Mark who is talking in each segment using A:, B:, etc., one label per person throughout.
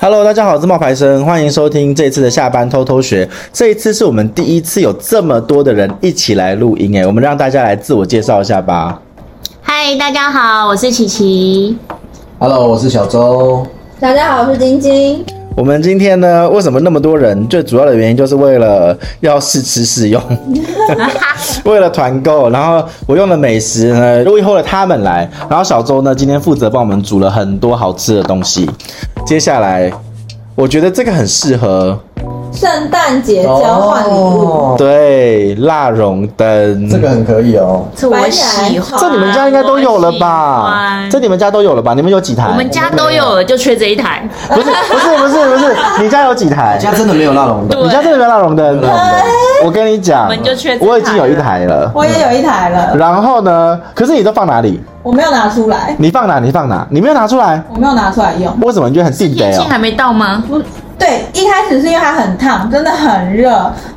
A: Hello，大家好，我是冒牌生，欢迎收听这一次的下班偷偷学。这一次是我们第一次有这么多的人一起来录音，哎，我们让大家来自我介绍一下吧。
B: 嗨，大家好，我是琪琪。
C: Hello，我是小周。
D: 大家好，我是晶晶。
A: 我们今天呢，为什么那么多人？最主要的原因就是为了要试吃试用，为了团购。然后我用的美食呢，又后了他们来。然后小周呢，今天负责帮我们煮了很多好吃的东西。接下来，我觉得这个很适合
D: 圣诞节交换礼物，
C: 哦，
A: 对蜡融灯
C: 这个很可以哦。
B: 这我喜欢，
A: 这你们家应该都有了
B: 啊我
A: 吧？
B: 喜
A: 这
B: 欢
A: 你们家都有了吧？你们有几台？
B: 我们家都有了，就缺这一台。
A: 不 是不是不是不是，你家有几台
C: 我？家真的没有蜡龙
B: 对
C: 灯，
A: 你家真的没有蜡融灯？我跟你讲，
B: 哎我们就缺这台
A: 我已经有一台了。
D: 我也有一台了，
A: 然后呢？可是你都放哪里？
D: 我没有拿出来，
A: 你放哪？你放哪？你没有拿出来？
D: 我没有拿出来用。
A: 为什么你觉得很定
B: 天
A: 得
B: 气
A: 哦？
B: 还没到吗？
D: 不对，一开始是因为它很烫，真的很热，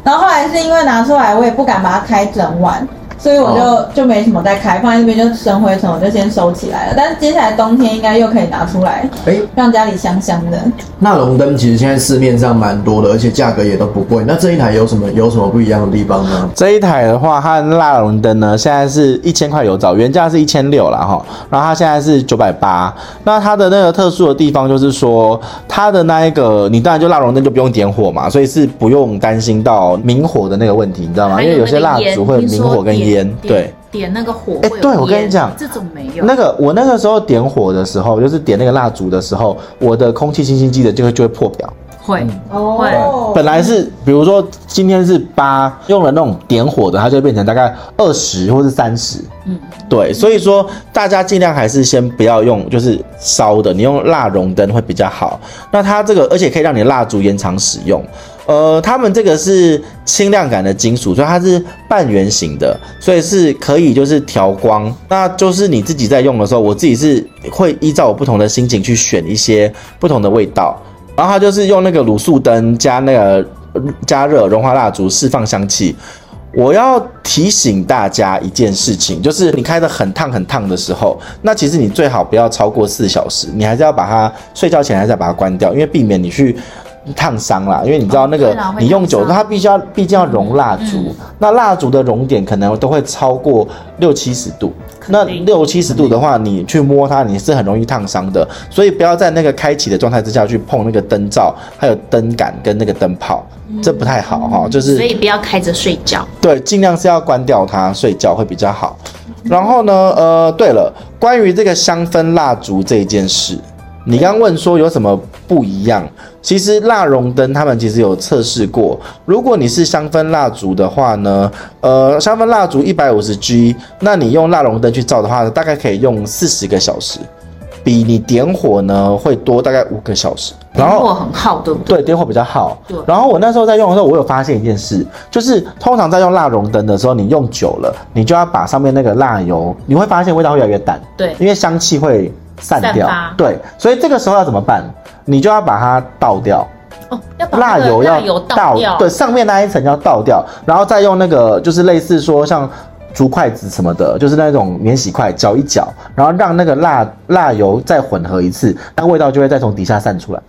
D: 然后后来是因为拿出来，我也不敢把它开整晚，所以我就、就没什么再开，放在那边就生灰尘，我就先收起来了。但是接下来冬天应该又可以拿出来，
C: 哎，
D: 让家里香香的。
C: 蜡龙灯其实现在市面上蛮多的，而且价格也都不贵。那这一台有什么有什么不一样的地方呢？
A: 这一台的话，它的蜡融灯呢，现在是一千块有找，原价是一千六啦哈，然后它现在是九百八。那它的那个特殊的地方就是说，它的那一个你当然就蜡融灯就不用点火嘛，所以是不用担心到明火的那个问题，你知道啊吗？因为有些蜡烛会有明火跟烟，对。，
B: 点那个火
A: 哎对我跟你讲
B: 这种没
A: 那个我那个时候点火的时候，就是点那个蜡烛的时候，我的空气清新剂的就会就会破表。
B: 会
D: 哦
A: 本来是比如说今天是八，用了那种点火的，它就会变成大概二十或是三十。
B: 嗯，
A: 对，所以说大家尽量还是先不要用，就是烧的，你用蜡熔灯会比较好。那它这个，而且可以让你蜡烛延长使用。呃，他们这个是轻量感的金属，所以它是半圆形的，所以是可以就是调光。那就是你自己在用的时候，我自己是会依照我不同的心情去选一些不同的味道。然后它就是用那个卤素灯加那个呃加热融化蜡烛释放香气，我要提醒大家一件事情，就是你开的很烫很烫的时候，那其实你最好不要超过四小时，你还是要把它睡觉前还是要把它关掉，因为避免你去烫伤啦。因为你知道那
B: 哦
A: 个
B: 对啦会
A: 你用久，
B: 烫伤
A: 它必须要毕竟要融蜡烛，
B: 嗯
A: 那蜡烛的熔点可能都会超过六七十度。那
B: 定
A: 六七十度的话，你去摸它，你是很容易烫伤的。所以不要在那个开启的状态之下去碰那个灯罩，还有灯杆跟那个灯泡，这不太好哈、就是
B: 嗯所以不要开着睡觉。
A: 对，尽量是要关掉它，睡觉会比较好。然后呢，呃，对了，关于这个香氛蜡烛这一件事，你刚刚问说有什么不一样？其实蜡熔灯他们其实有测试过，如果你是香氛蜡烛的话呢，呃，香氛蜡烛一百五十 G，那你用蜡熔灯去照的话呢，大概可以用四十个小时，比你点火呢会多大概五个小时。然后
B: 火很耗，对不对？
A: 对，点火比较好
B: 对。
A: 然后我那时候在用的时候，我有发现一件事，就是通常在用蜡熔灯的时候，你用久了，你就要把上面那个蜡油，你会发现味道会越来越淡，
B: 对，
A: 因为香气会散掉
B: 散发。
A: 对，所以这个时候要怎么办？你就要把它倒掉，
B: 哦，要把
A: 蜡
B: 那
A: 油
B: 个
A: 要
B: 蜡油倒掉，
A: 对，上面那一层要倒掉，然后再用那个就是类似说像竹筷子什么的，就是那种免洗筷搅一搅，然后让那个蜡蜡油再混合一次，那味道就会再从底下散出来。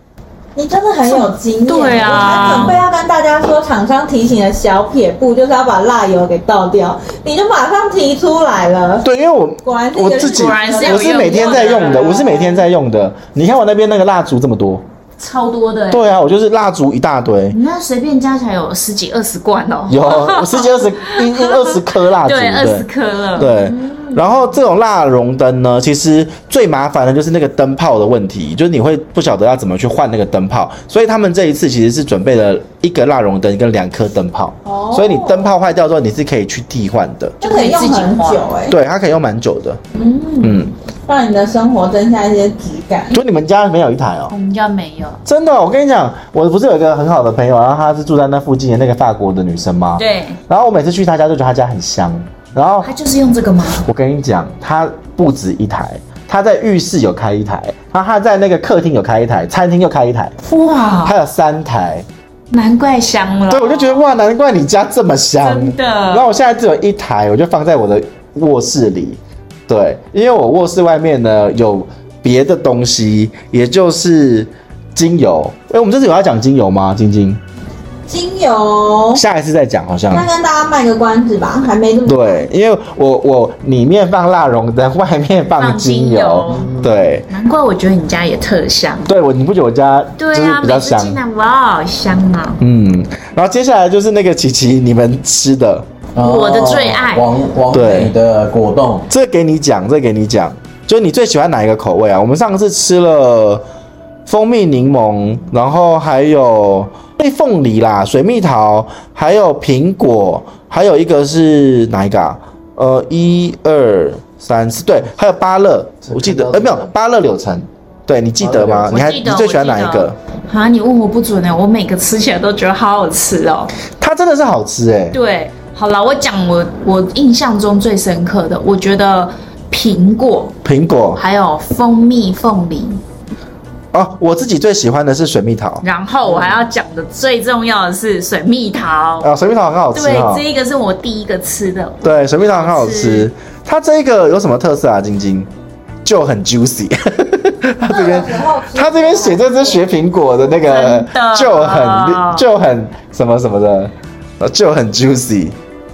D: 你真的很有经验。
B: 对啊
D: 我还准备要跟大家说，厂商提醒的小撇步就是要把蜡油给倒掉，你就马上提出来了。
A: 对，因为我
D: 果然是
A: 我
D: 一个
A: 自己
D: 日本
B: 果然是
D: 人
B: 有
A: 我是每天在用的，我是每天在用的。你看我那边那个蜡烛这么多，
B: 超多的。
A: 对啊，我就是蜡烛一大堆，
B: 你那随便加起来有十几二十罐哦。
A: 有我十几二十一一二十颗蜡烛，
B: 对，二
A: 对
B: 十颗了。
A: 对。然后这种蜡熔灯呢，其实最麻烦的就是那个灯泡的问题，就是你会不晓得要怎么去换那个灯泡，所以他们这一次其实是准备了一个蜡熔灯跟两颗灯泡，
D: 哦
A: 所以你灯泡坏掉之后，你是可以去替换的，
D: 就可以用很久哎、
A: 对，它可以用蛮久的，嗯，
D: 让你的生活增加一些质感。
A: 就你们家没有一台哦、
B: 我们家没有。
A: 真的，我跟你讲，我不是有一个很好的朋友，然后她是住在那附近的那个法国的女生吗？。
B: 对，
A: 然后我每次去她家就觉得她家很香，然后
B: 他就是用这个吗？
A: 我跟你讲，她不止一台，她在浴室有开一台，然后她在那个客厅有开一台，餐厅又开一台，
B: 哇，
A: 她有三台。
B: 难怪香了。
A: 对，我就觉得哇，难怪你家这么香。
B: 哦真的
A: 然后我现在只有一台，我就放在我的卧室里。对，因为我卧室外面呢有别的东西，也就是精油。哎、我们这次有要讲精油吗？晶晶，
D: 精油，
B: 哦
A: 下一次再讲好像。
D: 那跟大家卖个关子吧，还没这么
A: 对，因为我我里面放蜡溶灯，外面放
B: 放
A: 精
B: 精
A: 油
B: 油，
A: 对
B: 难怪我觉得你家也特香。
A: 对，我你不觉得我家就
B: 对
A: 是
B: 啊，
A: 比较
B: 每次
A: 香？
B: 进来哇，好香啊！
A: 嗯，然后接下来就是那个琪琪你们吃的，
B: 哦我的最爱
C: 哦王王美的果冻，
A: 这给你讲，这给你讲，就是你最喜欢哪一个口味啊？我们上次吃了蜂蜜柠檬，然后还有被凤梨啦、水蜜桃，还有苹果，还有一个是哪一个啊？呃，一二三四，对，还有芭乐，我记得，呃，没有芭乐柳橙，对你记得吗？你
B: 我
A: 还
B: 记
A: 你
B: 得
A: 最喜欢哪一
B: 我记
A: 个
B: 得？啊，你问我不准呢、我每个吃起来都觉得好好吃哦。
A: 它真的是好吃哎、
B: 对，好了，我讲我我印象中最深刻的，我觉得苹果
A: 苹果
B: 还有蜂蜜凤梨，
A: 哦，我自己最喜欢的是水蜜桃
B: 然后我还要讲的最重要的是水蜜桃。
A: 啊，水蜜桃很好吃
B: 对
A: 哈，，
B: 这一个是我第一个吃的，
A: 对，水蜜桃很好吃
B: 吃。
A: 它这个有什么特色啊？晶晶就很 juicy，它这边它这边写这只雪苹果的那个
B: 真的
A: 就很就很什么什么的，呃就很 juicy。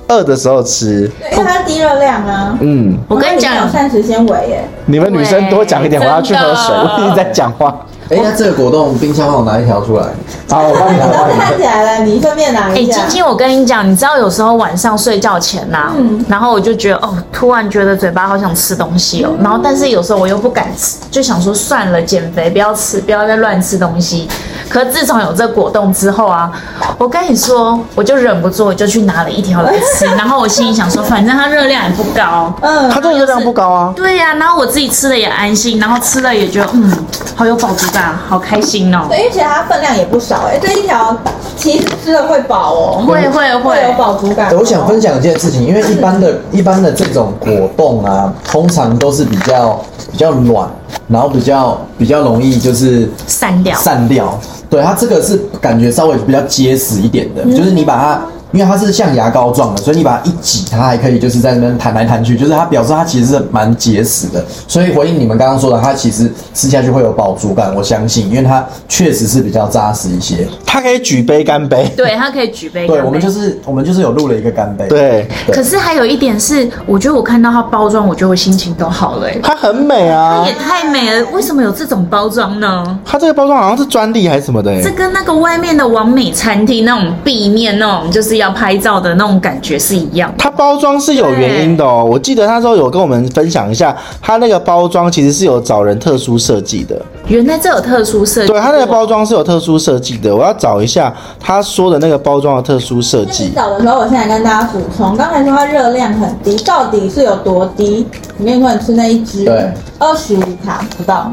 A: 饿的时候吃，
D: 对，因为它低热量啊。
A: 嗯，
B: 我跟你讲
D: 然后里面有膳食纤维耶，
A: 你们女生多讲一点，我
B: 对
A: 要去喝水，
B: 真的
A: 我一直在讲话。
C: 哎，那这个果冻冰箱帮我拿一条出来，
A: 好，我帮你拿，
D: 都
A: 我帮你拿
D: 看起来了，你顺便拿
B: 哎、
D: 一下
B: 晶。晶，我跟你讲，你知道有时候晚上睡觉前呐、
D: 嗯
B: 然后我就觉得哦，突然觉得嘴巴好想吃东西
D: 嗯
B: 哦，然后但是有时候我又不敢吃，就想说算了，减肥不要吃，不要再乱吃东西。可自从有这果冻之后啊，我跟你说，我就忍不住，我就去拿了一条来 吃，然后我心里想说，反正它热量也不高。
D: 嗯，
A: 它这个热量不高啊，
B: 对呀、然后我自己吃了也安心，然后吃了也觉得嗯，好有饱足感，好开心哦。
D: 对，因为其实它分量也不少哎，这一条其实吃了会饱哦，
B: 会会
D: 会有
B: 会，
D: 饱足感哦。
C: 对我想分享一件事情，因为一般的、一般的这种果冻啊，通常都是比较比较软，然后比较比较容易就是
B: 散掉。
C: 散掉。对，它这个是感觉稍微比较结实一点的，就是你把它。因为它是像牙膏状的，所以你把它一挤，它还可以就是在那边弹来弹去，就是它表示它其实是蛮结实的。所以回应你们刚刚说的，它其实吃下去会有饱足感，我相信，因为它确实是比较扎实一些。
A: 它可以举杯干杯。
B: 对，它可以举杯干杯。
C: 对，我们就是我们就是有录了一个干杯。
A: 对，
C: 对
B: 可是还有一点是，我觉得我看到它包装，我觉得我心情都好了、欸。
A: 它很美啊
B: 它也，太美了，为什么有这种包装呢？
A: 它这个包装好像是专利还是什么的、欸
B: 这。跟那个外面的完美餐厅那种壁面那种就是要拍照的那种感觉是一样的。
A: 它包装是有原因的哦，我记得那时候有跟我们分享一下，它那个包装其实是有找人特殊设计的。
B: 原来这有特殊设计，
A: 对，它那个包装是有特殊设计的，我要找一下他说的那个包装的特殊设
D: 那你
A: 计。
D: 找的时候，我现在跟大家补充，刚才说它热量很低，到底是有多低？你跟你说你吃那一只，
C: 对，
D: 二十五卡不到，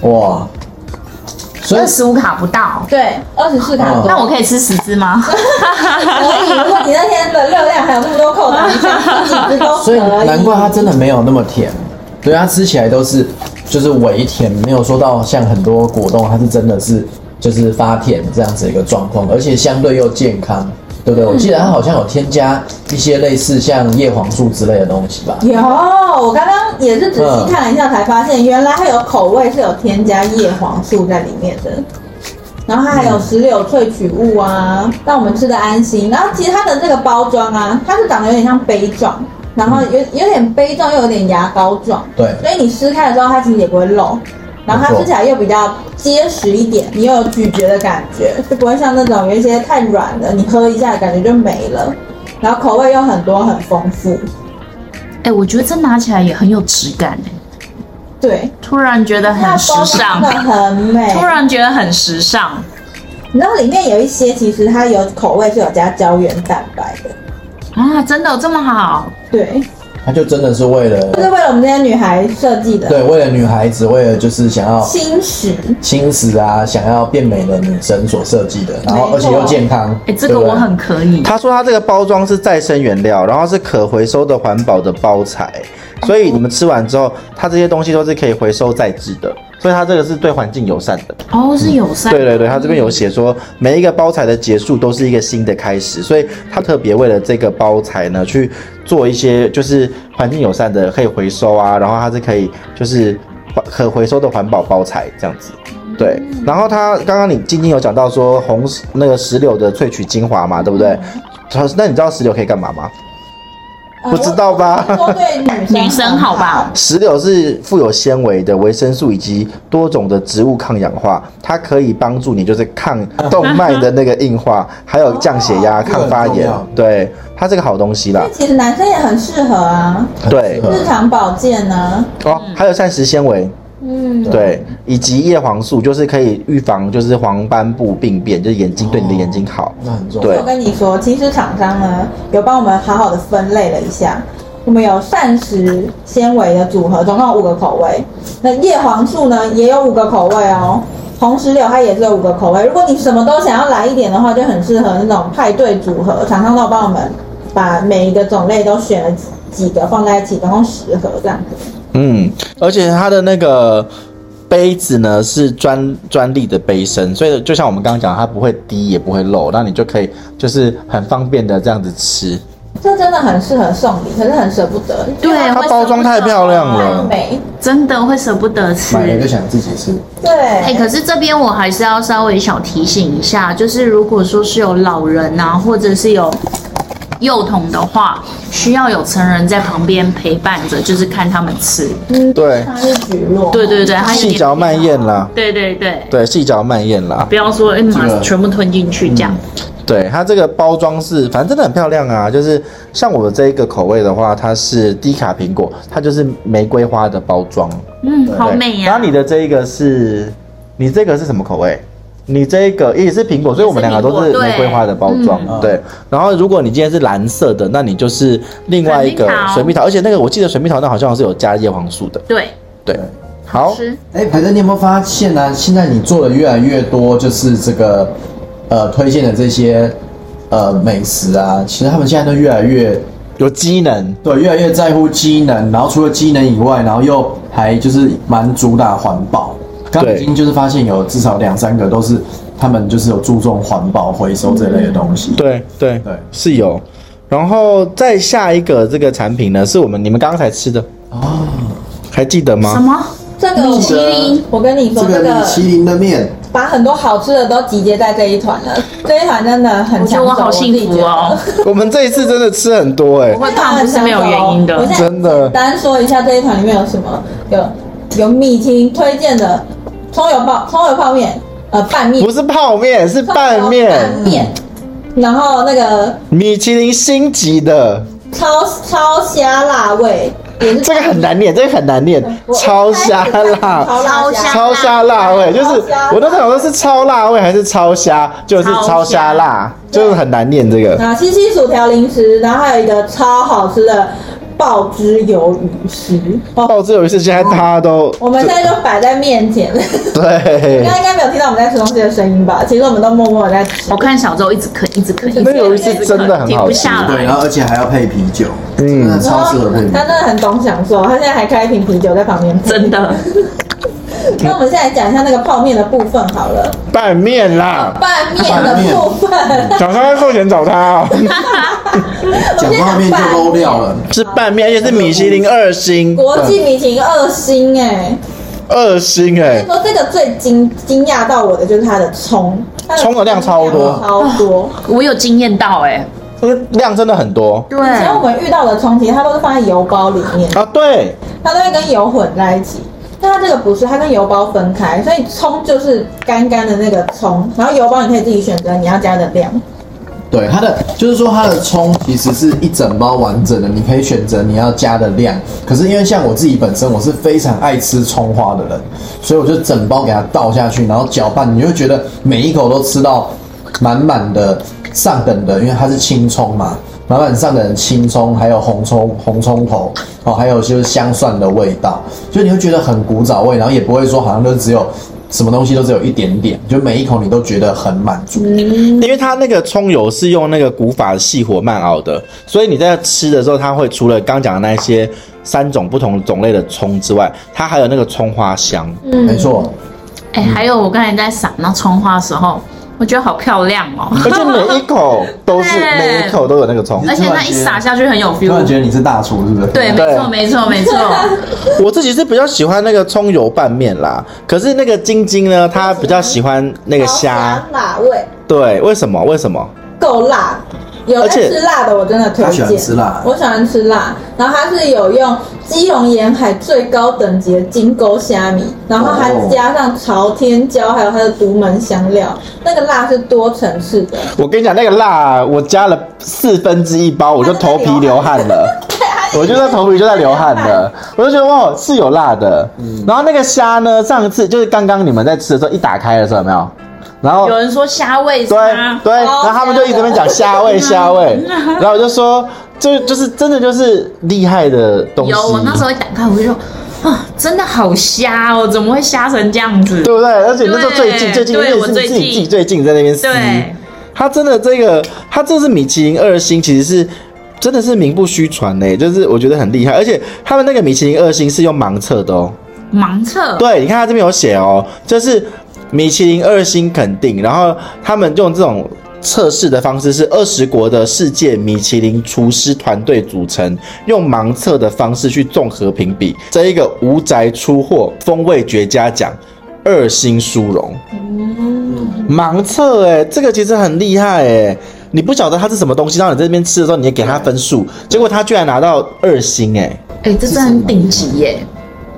C: 哇，所以
B: 二十五卡不到，
D: 对，二十四卡
C: 哦
D: 多。
B: 那我可以吃十只吗？
D: 可以，如果你那天的热量还有那么多扣打，你想吃几只都可
C: 所以
D: 以。
C: 难怪它真的没有那么甜，对它吃起来都是就是微甜，没有说到像很多果冻，它是真的是就是发甜这样子一个状况，而且相对又健康，对
B: 嗯
C: 不对？我记得它好像有添加一些类似像叶黄素之类的东西吧。
D: 有，我刚刚也是仔细看了一下，才发现原来它有口味是有添加叶黄素在里面的。然后它还有石榴萃取物啊，让我们吃的安心。然后其实它的这个包装啊，它是长得有点像杯状，然后有有点杯状又有点牙膏状，
C: 对
D: 所以你撕开的时候它其实也不会漏，然后它
C: 没错
D: 吃起来又比较结实一点，你又有咀嚼的感觉，就不会像那种有一些太软了，你喝一下感觉就没了。然后口味又很多很丰富，
B: 哎、我觉得这拿起来也很有质感、欸，
D: 对，
B: 突然觉得
D: 那
B: 很时
D: 包
B: 尚
D: 装，真的很美。
B: 突然觉得很时尚。
D: 你知道里面有一些其实它有口味是有加胶原蛋白的，
B: 啊，真的有这么好？
D: 对，
C: 它就真的是为
D: 就是
C: 了
D: 为了我们这些女孩设计的。
C: 对为了女孩子，为了就是想要
D: 轻食，
C: 轻食啊，想要变美的女生所设计的，然后而且又健康。
B: 哎、这
C: 对
B: 个
C: 不对
B: 我很可以。
A: 他说他这个包装是再生原料，然后是可回收的环保的包材，所以你们吃完之后，它这些东西都是可以回收再制的，所以它这个是对环境友善的。
B: 哦，是友善。
A: 对对对，他这边有写说，每一个包材的结束都是一个新的开始，所以他特别为了这个包材呢，去做一些就是环境友善的可以回收啊，然后它是可以就是可回收的环保包材这样子。对，然后它刚刚你晶晶有讲到说红那个石榴的萃取精华嘛，对不对？它那你知道石榴可以干嘛吗？
D: 呃
A: 不知道吧
D: 我我是说对女生
B: 女生好吧？
A: 石榴是富有纤维的维生素以及多种的植物抗氧化，它可以帮助你就是抗动脉的那个硬化，还有降血压、
C: 哦
A: 抗发
C: 这
A: 炎
C: 个很重要。
A: 对，它是个好东西啦
D: 那。其实男生也很适合啊，
A: 对
C: 嗯
D: 日常保健啊呢、
A: 哦，还有膳食纤维，
D: 嗯，
A: 对，以及叶黄素，就是可以预防就是黄斑部病变，就是眼睛对你的眼睛好。
C: 那很重要。
A: 对
D: 我跟你说，其实厂商呢有帮我们好好的分类了一下，我们有膳食纤维的组合，总共有五个口味。那叶黄素呢也有五个口味哦，红石榴它也是有五个口味。如果你什么都想要来一点的话，就很适合那种派对组合。厂商都有帮我们把每一个种类都选了几几个放在一起，总共十盒这样子。
A: 嗯，而且它的那个杯子呢是专专利的杯身，所以就像我们刚刚讲，它不会滴也不会漏，那你就可以就是很方便的这样子吃。
D: 这真的很适合送礼，可是很舍不得，
B: 对，啊
A: 它
B: 会嗯
A: 包装太漂亮
B: 舍不
A: 了
B: 得
D: 太美。
B: 真的会舍不得吃。
C: 买了就想自己吃，
D: 对，
B: 哎、可是这边我还是要稍微小提醒一下，就是如果说是有老人啊，或者是有幼童的话，需要有成人在旁边陪伴着，就是看他们吃。
D: 嗯，
A: 对
D: 它是橘络，
B: 对对对，还有
A: 细嚼慢咽啦，
B: 对对对，
A: 对，细嚼慢咽啦。
B: 不要说哎马
C: 这个
B: 上全部吞进去这样。
A: 对，它这个包装是，反正真的很漂亮啊。就是像我的这一个口味的话，它是低卡苹果，它就是玫瑰花的包装。
B: 嗯，
C: 对
B: 好美呀、
A: 然后你的这一个是，你这个是什么口味？你这一个也是苹果，所以我们两个都是
B: 也是苹果
A: 玫瑰花的包装，
C: 嗯
A: 对。然后如果你今天是蓝色的，那你就是另外一个水
B: 水
A: 蜜
B: 蜜
A: 桃，而且那个我记得水蜜桃那好像是有加叶黄素的，
B: 对，
A: 对
C: 对。
A: 好，
B: 吃
C: 哎，反正你有没有发现呢、现在你做的越来越多，就是这个呃推荐的这些呃美食啊，其实他们现在都越来越
A: 有机能，
C: 对，越来越在乎机能，然后除了机能以外，然后又还就是蛮主打环保。刚
A: 对
C: 已经就是发现有至少两三个都是他们就是有注重环保回收这类的东西。
A: 对对
C: 对
A: 是有。然后再下一个这个产品呢，是我们你们刚刚才吃的，
C: 哦，
A: 还记得
B: 什
A: 吗？
B: 么？
D: 这个我
B: 米其林，
D: 我跟你说，
C: 这
D: 这
C: 个
D: 个
C: 米其林的面，
D: 把很多好吃的都集结在这一团了，这一团真的很
B: 我觉
D: 抢
B: 得
D: 手，
B: 我好幸福哦
D: 我自己觉得。
A: 我们这一次真的吃很多哎、
B: 我会胖不是没有原因
D: 我
B: 的
D: 现，在
A: 真的
D: 简单说一下这一团里面有什么，有有米其林推荐的葱油泡葱油泡面，呃拌面，
A: 不是泡面，是
D: 葱油
A: 拌
D: 拌
A: 面，
D: 面，然后那个
A: 米其林星级的，
D: 超超虾辣味，也是
A: 这个很难念，这个很难念，
D: 我
A: 超虾
D: 我一开始看
A: 辣，
D: 超辣
B: 超
D: 虾
B: 虾。
A: 超虾辣味，就是
D: 超虾辣
A: 我那时候想说是超辣味还是超虾，就是超
B: 超
A: 虾
B: 虾
A: 辣，
D: 对
A: 就是很难念这个。
D: 啊，七七薯条零食，然后还有一个超好吃的爆汁鱿鱼丝。哦，
A: 爆汁有一次，现在大家都
D: 我们现在就摆在面前，
A: 对
D: 大，家应该没有听到我们在吃东西的声音吧？其实我们都默默的在吃
B: 我。看小周一直啃，一直啃，一直
A: 那
B: 啃
A: 有一次
B: 一直啃
A: 真的很
B: 停
A: 好
B: 不
A: 吃啊
B: 下
C: 对，
B: 来
C: 然。后而且还要配啤酒，
A: 嗯
C: 真的超适合配啤酒
D: 他。真的很懂享受，他现在还开一瓶啤酒在旁边。
B: 真。的，
D: 那我们现在讲一下那个泡面的部分好了，
A: 拌面啦，
D: 拌面的部 分。
A: 早上要扣钱找他哦，
D: 讲
C: 讲泡面就漏掉了。
A: 是拌面，而且是米其林二星，
D: 国际米其林二星哎、
A: 二星哎、
D: 欸，说这个最惊惊讶到我的就是它的葱，它的
A: 葱的量超多
D: 超多。
B: 我有惊艳到哎、
A: 量真的很多
B: 对，
D: 以前我们遇到的充其实它都是放在油包里面，
A: 啊，对，
D: 它都会跟油混在一起。但它这个不是，它跟油包分开，所以葱就是干干的那个葱，然后油包你可以自己选择你要加的量。
C: 对它的，就是说它的葱其实是一整包完整的，你可以选择你要加的量。可是因为像我自己本身，我是非常爱吃葱花的人，所以我就整包给它倒下去，然后搅拌，你就会觉得每一口都吃到满满的上等的，因为它是青葱嘛，满满上等的青葱，还有红葱红葱头哦，还有就是香蒜的味道，就你会觉得很古早味，然后也不会说好像就只有什么东西都只有一点点，就每一口你都觉得很满足。
D: 嗯
A: 因为它那个葱油是用那个古法细火慢熬的，所以你在吃的时候，它会除了刚讲的那些三种不同种类的葱之外，它还有那个葱花香。
D: 嗯
C: 没错。
B: 哎、还有我刚才在撒那葱花的时候，我觉得好漂亮 哦，
A: 而且每一口都 是
B: 对
A: 每一口都有那个葱
D: 哎
B: 而。且那一撒下去很有
C: 突然
B: feel。
C: 觉得你是大厨是不是？
B: 对，没错，
A: 对
B: 没错，没错。
A: 我自己是比较喜欢那个葱油拌面啦，可是那个晶晶呢，她比较喜欢那个虾。
D: 辣味
A: 对，为什么？为什么？
D: 够辣，有
A: 而
D: 在
A: 且
D: 吃辣的我真的推
C: 他喜
D: 荐。
C: 欢吃辣
D: 我喜欢吃辣。然后它是有用基隆沿海最高等级的金钩虾米，然后还
C: 哦
D: 加上朝天椒，还有它的独门香料，那个辣是多层次的。
A: 我跟你讲，那个辣我加了四分之一包，我就头皮流汗 了。我就在头皮就在流汗了，我就觉得哇是有辣的。然后那个虾呢，上次就是刚刚你们在吃的时候，一打开的时候有没有？然后
B: 有人说虾味
A: 对
B: 差，
A: 对，然后他们就一直在那边讲虾 味虾味，然后我就说，就就是真的就是厉害的东西，
B: 有我那时候一打开我就说啊，真的好虾哦，怎么会虾成这样子？
A: 对不对？而且那时候最近最
B: 对
A: 近，因
B: 对
A: 为
B: 我
A: 是
B: 最
A: 自己
B: 近
A: 自己最近在那边撕，
B: 对
A: 它真的这个，它这是米其林二星，其实是真的是名不虚传呢、就是我觉得很厉害，而且他们那个米其林二星是用盲测的哦、
B: 盲测，
A: 对，你看它这边有写哦、这是米其林二星肯定，然后他们用这种。测试的方式是二十国的世界米其林厨师团队组成，用盲测的方式去综合评比这一个无宅出货风味绝佳奖二星殊荣。盲测哎、这个其实很厉害哎、你不晓得它是什么东西，让你在这边吃的时候，你也给它分数，结果它居然拿到二星哎、
B: 哎，这真的很顶级耶！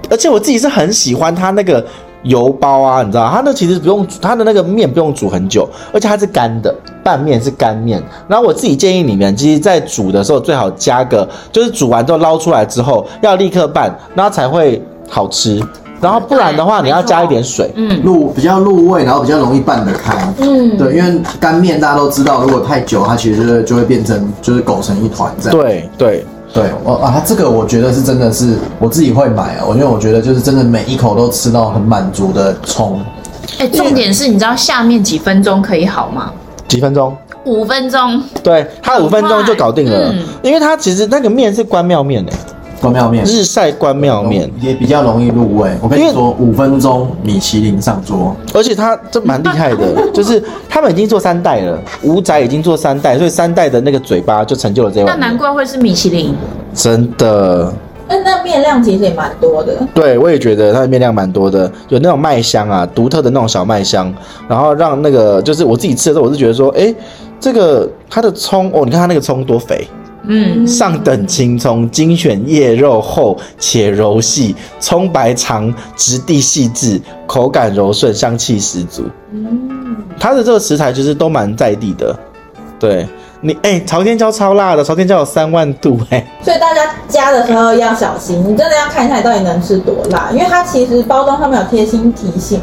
A: 而且我自己是很喜欢它那个油包啊，你知道，它那其实不用煮它的那个面不用煮很久，而且它是干的，拌面是干面。然后我自己建议你们，其实在煮的时候最好加个，就是煮完之后捞出来之后要立刻拌，然后才会好吃。然后不然的话，
B: 对
A: 你要
B: 没错
A: 加一点水。
B: 嗯，
C: 入比较入味，然后比较容易拌得开。
D: 嗯
C: 对，因为干面大家都知道，如果太久，它其实就会就会变成就是狗成一团这样。
A: 对对，
C: 对，哦啊，它这个我觉得是真的是我自己会买啊，我因为我觉得就是真的每一口都吃到很满足的葱，
B: 哎，重点是你知道下面几分钟可以好吗？
A: 几分钟？
B: 五分钟，
A: 对，它五分钟就搞定了
B: 嗯，
A: 因为它其实那个面是关庙面的、
C: 关庙
D: 嗯
C: 面
A: 日晒关庙面，
C: 也比较容易入味。我跟
A: 因
C: 你
A: 为
C: 说，五分钟米其林上桌，
A: 而且它这蛮厉害的， 就是他们已经做三代了，五仔已经做三代，所以三代的那个嘴巴就成就了这
B: 那
A: 碗
B: 难
A: 面，
B: 怪会是米其林。
A: 真的。
D: 那那面量其实也蛮多的，
A: 对，我也觉得它的面量蛮多的，有那种麦香啊，独特的那种小麦香，然后让那个就是我自己吃的时候，我是觉得说，哎，这个它的葱哦，你看它那个葱多肥，
B: 嗯，
A: 上等青葱，精选叶肉厚且柔细，葱白长，质地细致，口感柔顺，香气十足。
D: 嗯
A: 它的这个食材其实都蛮在地的。对你，哎、朝天椒超辣的，朝天椒有三万度、哎，
D: 所以大家加的时候要小心，你真的要看一下你到底能吃多辣，因为它其实包装上面有贴心提醒，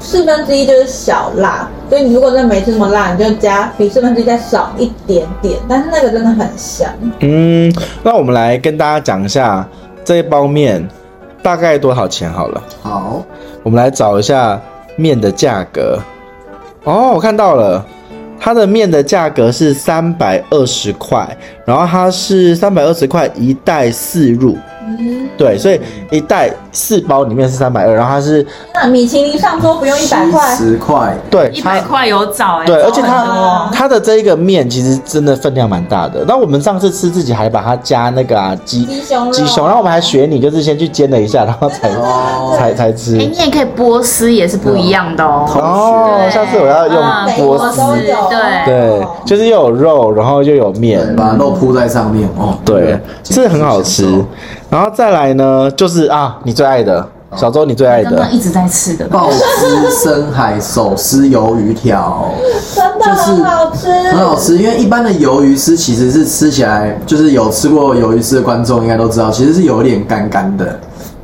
D: 四分之一就是小辣，所以你如果真的没吃什么辣，你就加比四分之一再少一点点，但是那个真的很香。
A: 嗯，那我们来跟大家讲一下这一包面大概多少钱好了。
C: 好，
A: 我们来找一下面的价格。哦，我看到了，它的面的价格是三百二十块，然后它是三百二十块一袋四入，
D: 嗯，
A: 对，所以一袋四包里面是三百二，然后它是
D: 那米其林上桌不用一百块，
C: 十块，
A: 对
B: 一百
A: 它。
B: 块有找哎，
A: 对，而且
B: 找很多
A: 它它的这一个面其实真的分量蛮大的。那我们上次吃自己还把它加那个啊鸡
D: 鸡胸肉
A: 鸡胸，然后我们还学你，就是先去煎了一下，然后才
C: 哦
A: 才才吃。
B: 哎，你也可以波斯，也是不一样的哦。
A: 哦，
B: 对
A: 下次我要用
B: 嗯
A: 波
D: 每一
A: 斯
D: 国都有，
B: 对
A: 对，就是又有肉，然后又有面，
B: 嗯
C: 对，把肉铺在上面哦，
A: 对，这很好吃。然后再来呢，就是啊，你最爱的小周，你最爱
B: 刚
A: 的
B: 刚一直在吃的，
C: 鲍汁深海手撕鱿鱼条，
D: 真的很好吃，
C: 很好吃，因为一般的鱿鱼丝其实是吃起来，就是有吃过鱿鱼丝的观众应该都知道，其实是有一点干干的，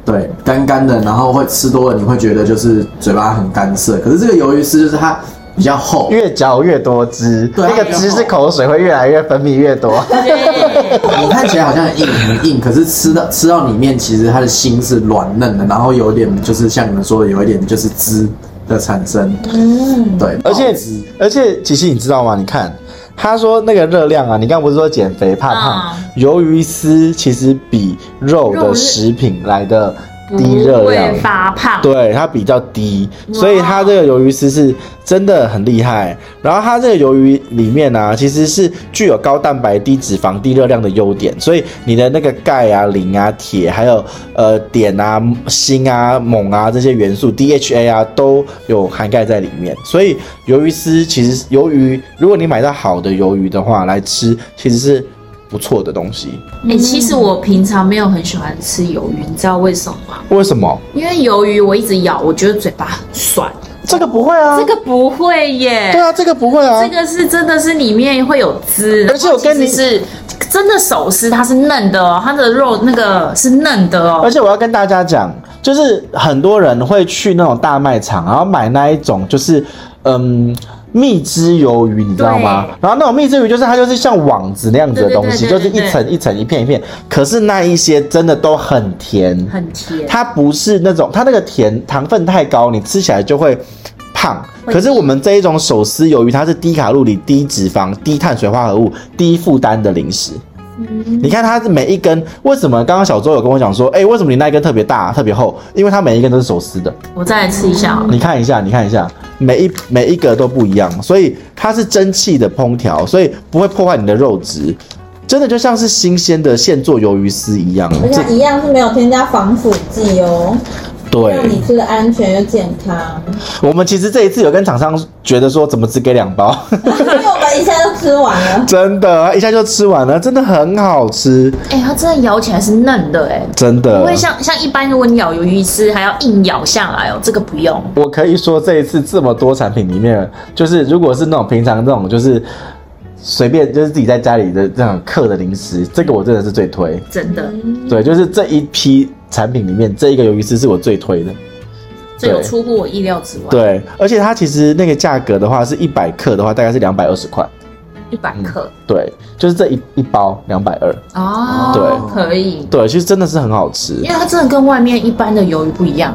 C: 对，干干的，然后会吃多了你会觉得就是嘴巴很干涩。可是这个鱿鱼丝就是它比较厚，
A: 越嚼越多汁，
C: 对
A: 那个汁是口水会越来越分泌越 多。
B: 对
C: 你看起来好像很硬很硬，可是吃到吃到里面，其实它的心是软嫩的，然后有一点就是像你们说的，有一点就是汁的产生，
D: 嗯，
C: 对，
A: 而且
C: 爆汁
A: 而且，其实你知道吗？你看他说那个热量啊，你刚不是说减肥怕胖？鱿鱼丝其实比肉
B: 啊肉
A: 的
B: 是
A: 食品来的低热
B: 不
A: 量
B: 会发胖。
A: 对，它比较低，所以它这个鱿鱼丝是真的很厉害。然后它这个鱿鱼里面呢、其实是具有高蛋白、低脂肪、低热量的优点，所以你的那个钙啊、磷啊、铁，还有呃碘啊、锌啊、锰啊这些元素 DHA 啊都有涵盖在里面。所以鱿鱼丝其实是鱿鱼，如果你买到好的鱿鱼的话来吃，其实是不错的东西。
B: 哎、其实我平常没有很喜欢吃鱿鱼，你知道为什么吗？
A: 为什么？
B: 因为鱿鱼我一直咬，我觉得嘴巴很酸。
A: 这个不会啊，
B: 这个不会耶。
A: 对啊，这个不会啊，
B: 这个是真的是里面会有汁，
A: 而且我跟你
B: 然后其实是真的手撕，它是嫩的哦，它的肉那个是嫩的哦
A: 而。且我要跟大家讲，就是很多人会去那种大卖场，然后买那一种就是嗯蜜汁鱿鱼，你知道吗
B: 对？
A: 然后那种蜜汁鱼就是它就是像网子那样子的东西，
B: 对对对对
A: 就是一
B: 对
A: 层一层一片一片。可是那一些真的都很甜，
B: 很甜，
A: 它不是那种它那个甜糖分太高，你吃起来就会。胖，
B: 会
A: 可是我们这一种手撕鱿鱼，它是低卡路里、低脂肪、低碳水化合物、低负担的零食。
D: 嗯
A: 你看它每一根，为什么刚刚小周有跟我讲说，哎、为什么你那一根特别大、特别厚？因为它每一根都是手撕的。
B: 我再来吃一下
D: 嗯
B: 哦。
A: 你看一下，你看一下，每一每一个都不一样，所以它是蒸汽的烹调，所以不会破坏你的肉质，真的就像是新鲜的现做鱿鱼丝一样。
D: 而且
A: 这
D: 它一样是没有添加防腐剂哦，
A: 对
D: 让，你吃的安全又健康。
A: 我们其实这一次有跟厂商觉得说，怎么只给两包，
D: 因为我们一下就吃 完了，
A: 真的，一下就吃完了，真的很好吃，
B: 哎、它真的咬起来是嫩的哎、
A: 真的。
B: 不会像像一般，如果你咬鱿鱼丝还要硬咬下来哦，这个不用。
A: 我可以说这一次这么多产品里面，就是如果是那种平常那种就是随便就是自己在家里的这种刻的零食，这个我真的是最推。
B: 真的，
D: 嗯
A: 对，就是这一批产品里面，这一个鱿鱼丝是我最推的。
B: 这有出乎我意料之外。，
A: 对，而且它其实那个价格的话，是一百克的话大概是两百二十块。
B: 一百克、
A: 对，就是这一一包两百二。
B: 哦，
A: 嗯对
B: 可以，
A: 对，其实真的是很好吃
B: 因，为它真的跟外面一般的鱿鱼不一样。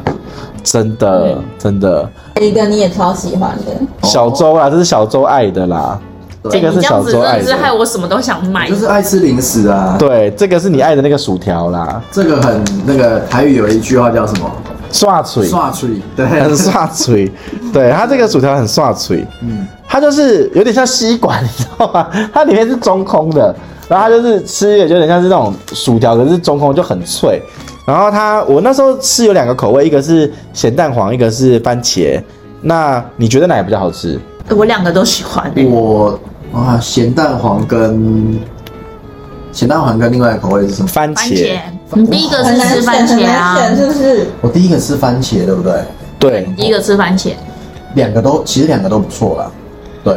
A: 真的
B: 嗯
A: 真的。
D: 一个你也超喜欢的，
A: 小周啦，这是小周爱的啦，
C: 哦对
A: 这个
B: 你
A: 是
B: 这
A: 小
B: 样子
A: 周
B: 真
A: 爱
B: 的是害
A: 的。
B: 我什么都想买。
C: 就是爱吃零食啊。
A: 对，这个是你爱的那个薯条啦，
C: 这个很那个台语有一句话叫什么？
A: 刷嘴。
C: 刷嘴，对，
A: 很 刷嘴，对它这个薯条很刷嘴，
C: 嗯，
A: 它就是有点像吸管，你知道吗？ 它里面是中空的，然后它就是吃也有点像是那种薯条，可是中空就很脆。然后它我那时候吃有两个口味，一个是咸蛋黄，一个是番茄。那你觉得哪个比较好吃？
B: 我两个都喜欢、 欸，
C: 我啊，咸蛋黄跟咸蛋黄跟另外一个口味是什么？
A: 番
B: 番
A: 茄，
B: 茄。你第一个
D: 很
B: 是
D: 难
B: 吃番
D: 选，很
B: 茄啊
D: 难，选，是不是？
C: 我第一个吃番茄，对不对？
A: 对，
B: 第一个吃番茄，
C: 两个都其实两个都不错啦。对，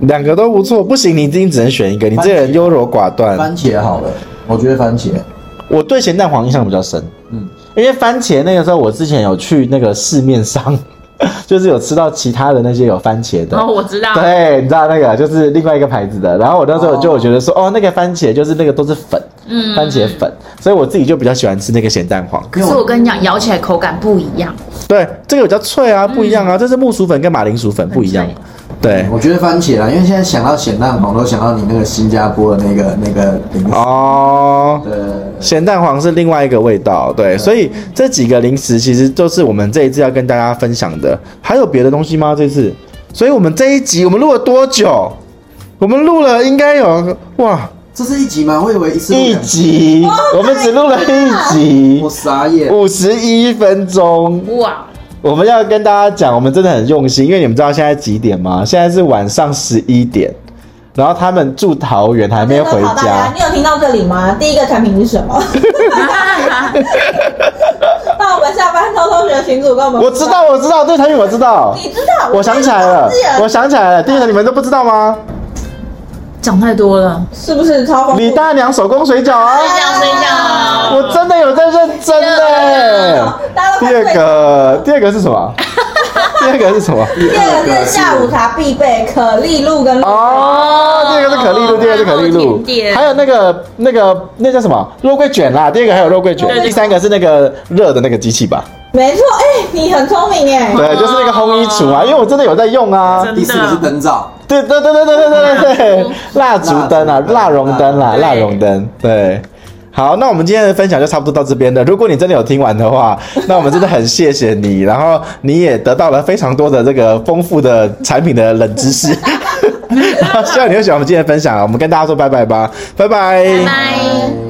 A: 两个都不错。不行，你一定只能选一个，你这个人优柔寡断。
C: 番茄好了，我觉得番茄，
A: 我对咸蛋黄印象比较深，
C: 嗯，
A: 因为番茄那个时候我之前有去那个市面上， 就是有吃到其他的那些有番茄的
B: 然。后我知道，
A: 对，你知道那个就是另外一个牌子的，然后我那时候就有觉得说，哦那个番茄就是那个都是粉，
B: 嗯
A: 番茄粉，所以我自己就比较喜欢吃那个咸蛋黄。
B: 可是我跟你讲，咬起来口感不一样，
A: 对，这个比较脆啊，不一样啊，这是木薯粉跟马铃薯粉不一样
B: 嗯很脆。
A: 对，
C: 哎我觉得番茄啦，因为现在想到咸蛋黄，都想到你那个新加坡的那个那个零食。
A: 哦，
C: 呃，
A: 咸蛋黄是另外一个味道，对，所以这几个零食其实都是我们这一次要跟大家分享的。还有别的东西吗？这次？所以我们这一集我们录了多久？我们录了应该有哇
C: 这是一集吗？我以为一次录
A: 一
C: 两集，
A: 集，我们只录了一集
C: 我，傻眼。
A: 五十一分钟。
B: 哇，
A: 我们要跟大家讲，我们真的很用心，因为你们知道现在几点吗？现在是晚上十一点，然后他们住桃园还没回
D: 好大
A: 家
D: 家，。你有听到这里吗？第一个产品是 什么？那我们下班偷偷学群主跟我们。
A: 我知道，我知道，对，陈宇我知道。
D: 你知道，
A: 我想起来了，我想起来了，第一个你们都不知道吗？
B: 讲太多了，
D: 是不是超丰富？
A: 李大娘手工水饺啊，
B: 这样这样，
A: 我真的有在认真的。
D: 大家
A: 第
D: 都快
A: 二
D: 睡着
A: 个，第二个是什么？第二个是什么？
D: 第二个是下午茶必备，可丽露跟
A: 哦，第二个是可丽露，第二个是可丽
B: 然后
A: 露
B: 甜，点
A: 还有那个那个那叫什么肉桂卷啦，第二个还有肉桂卷
B: 对，对
A: 第三个是那个热的那个机器吧？
D: 没错，哎、你很聪明哎，
A: 对，就是那个烘衣橱啊，因为我真的有在用啊。
B: 真的
C: 第四个是灯罩，
A: 对对对对对对对对对，蜡烛灯啊，蜡
C: 蜡烛
A: 烛
C: 灯
A: 灯啊，
B: 对
A: 蜡烛灯，对。好，那我们今天的分享就差不多到这边了。如果你真的有听完的话，那我们真的很谢谢你，然后你也得到了非常多的这个丰富的产品的冷知识。 啊希望你会喜欢我们今天的分享，我们跟大家说拜拜吧，拜拜
B: 拜。
C: 嗯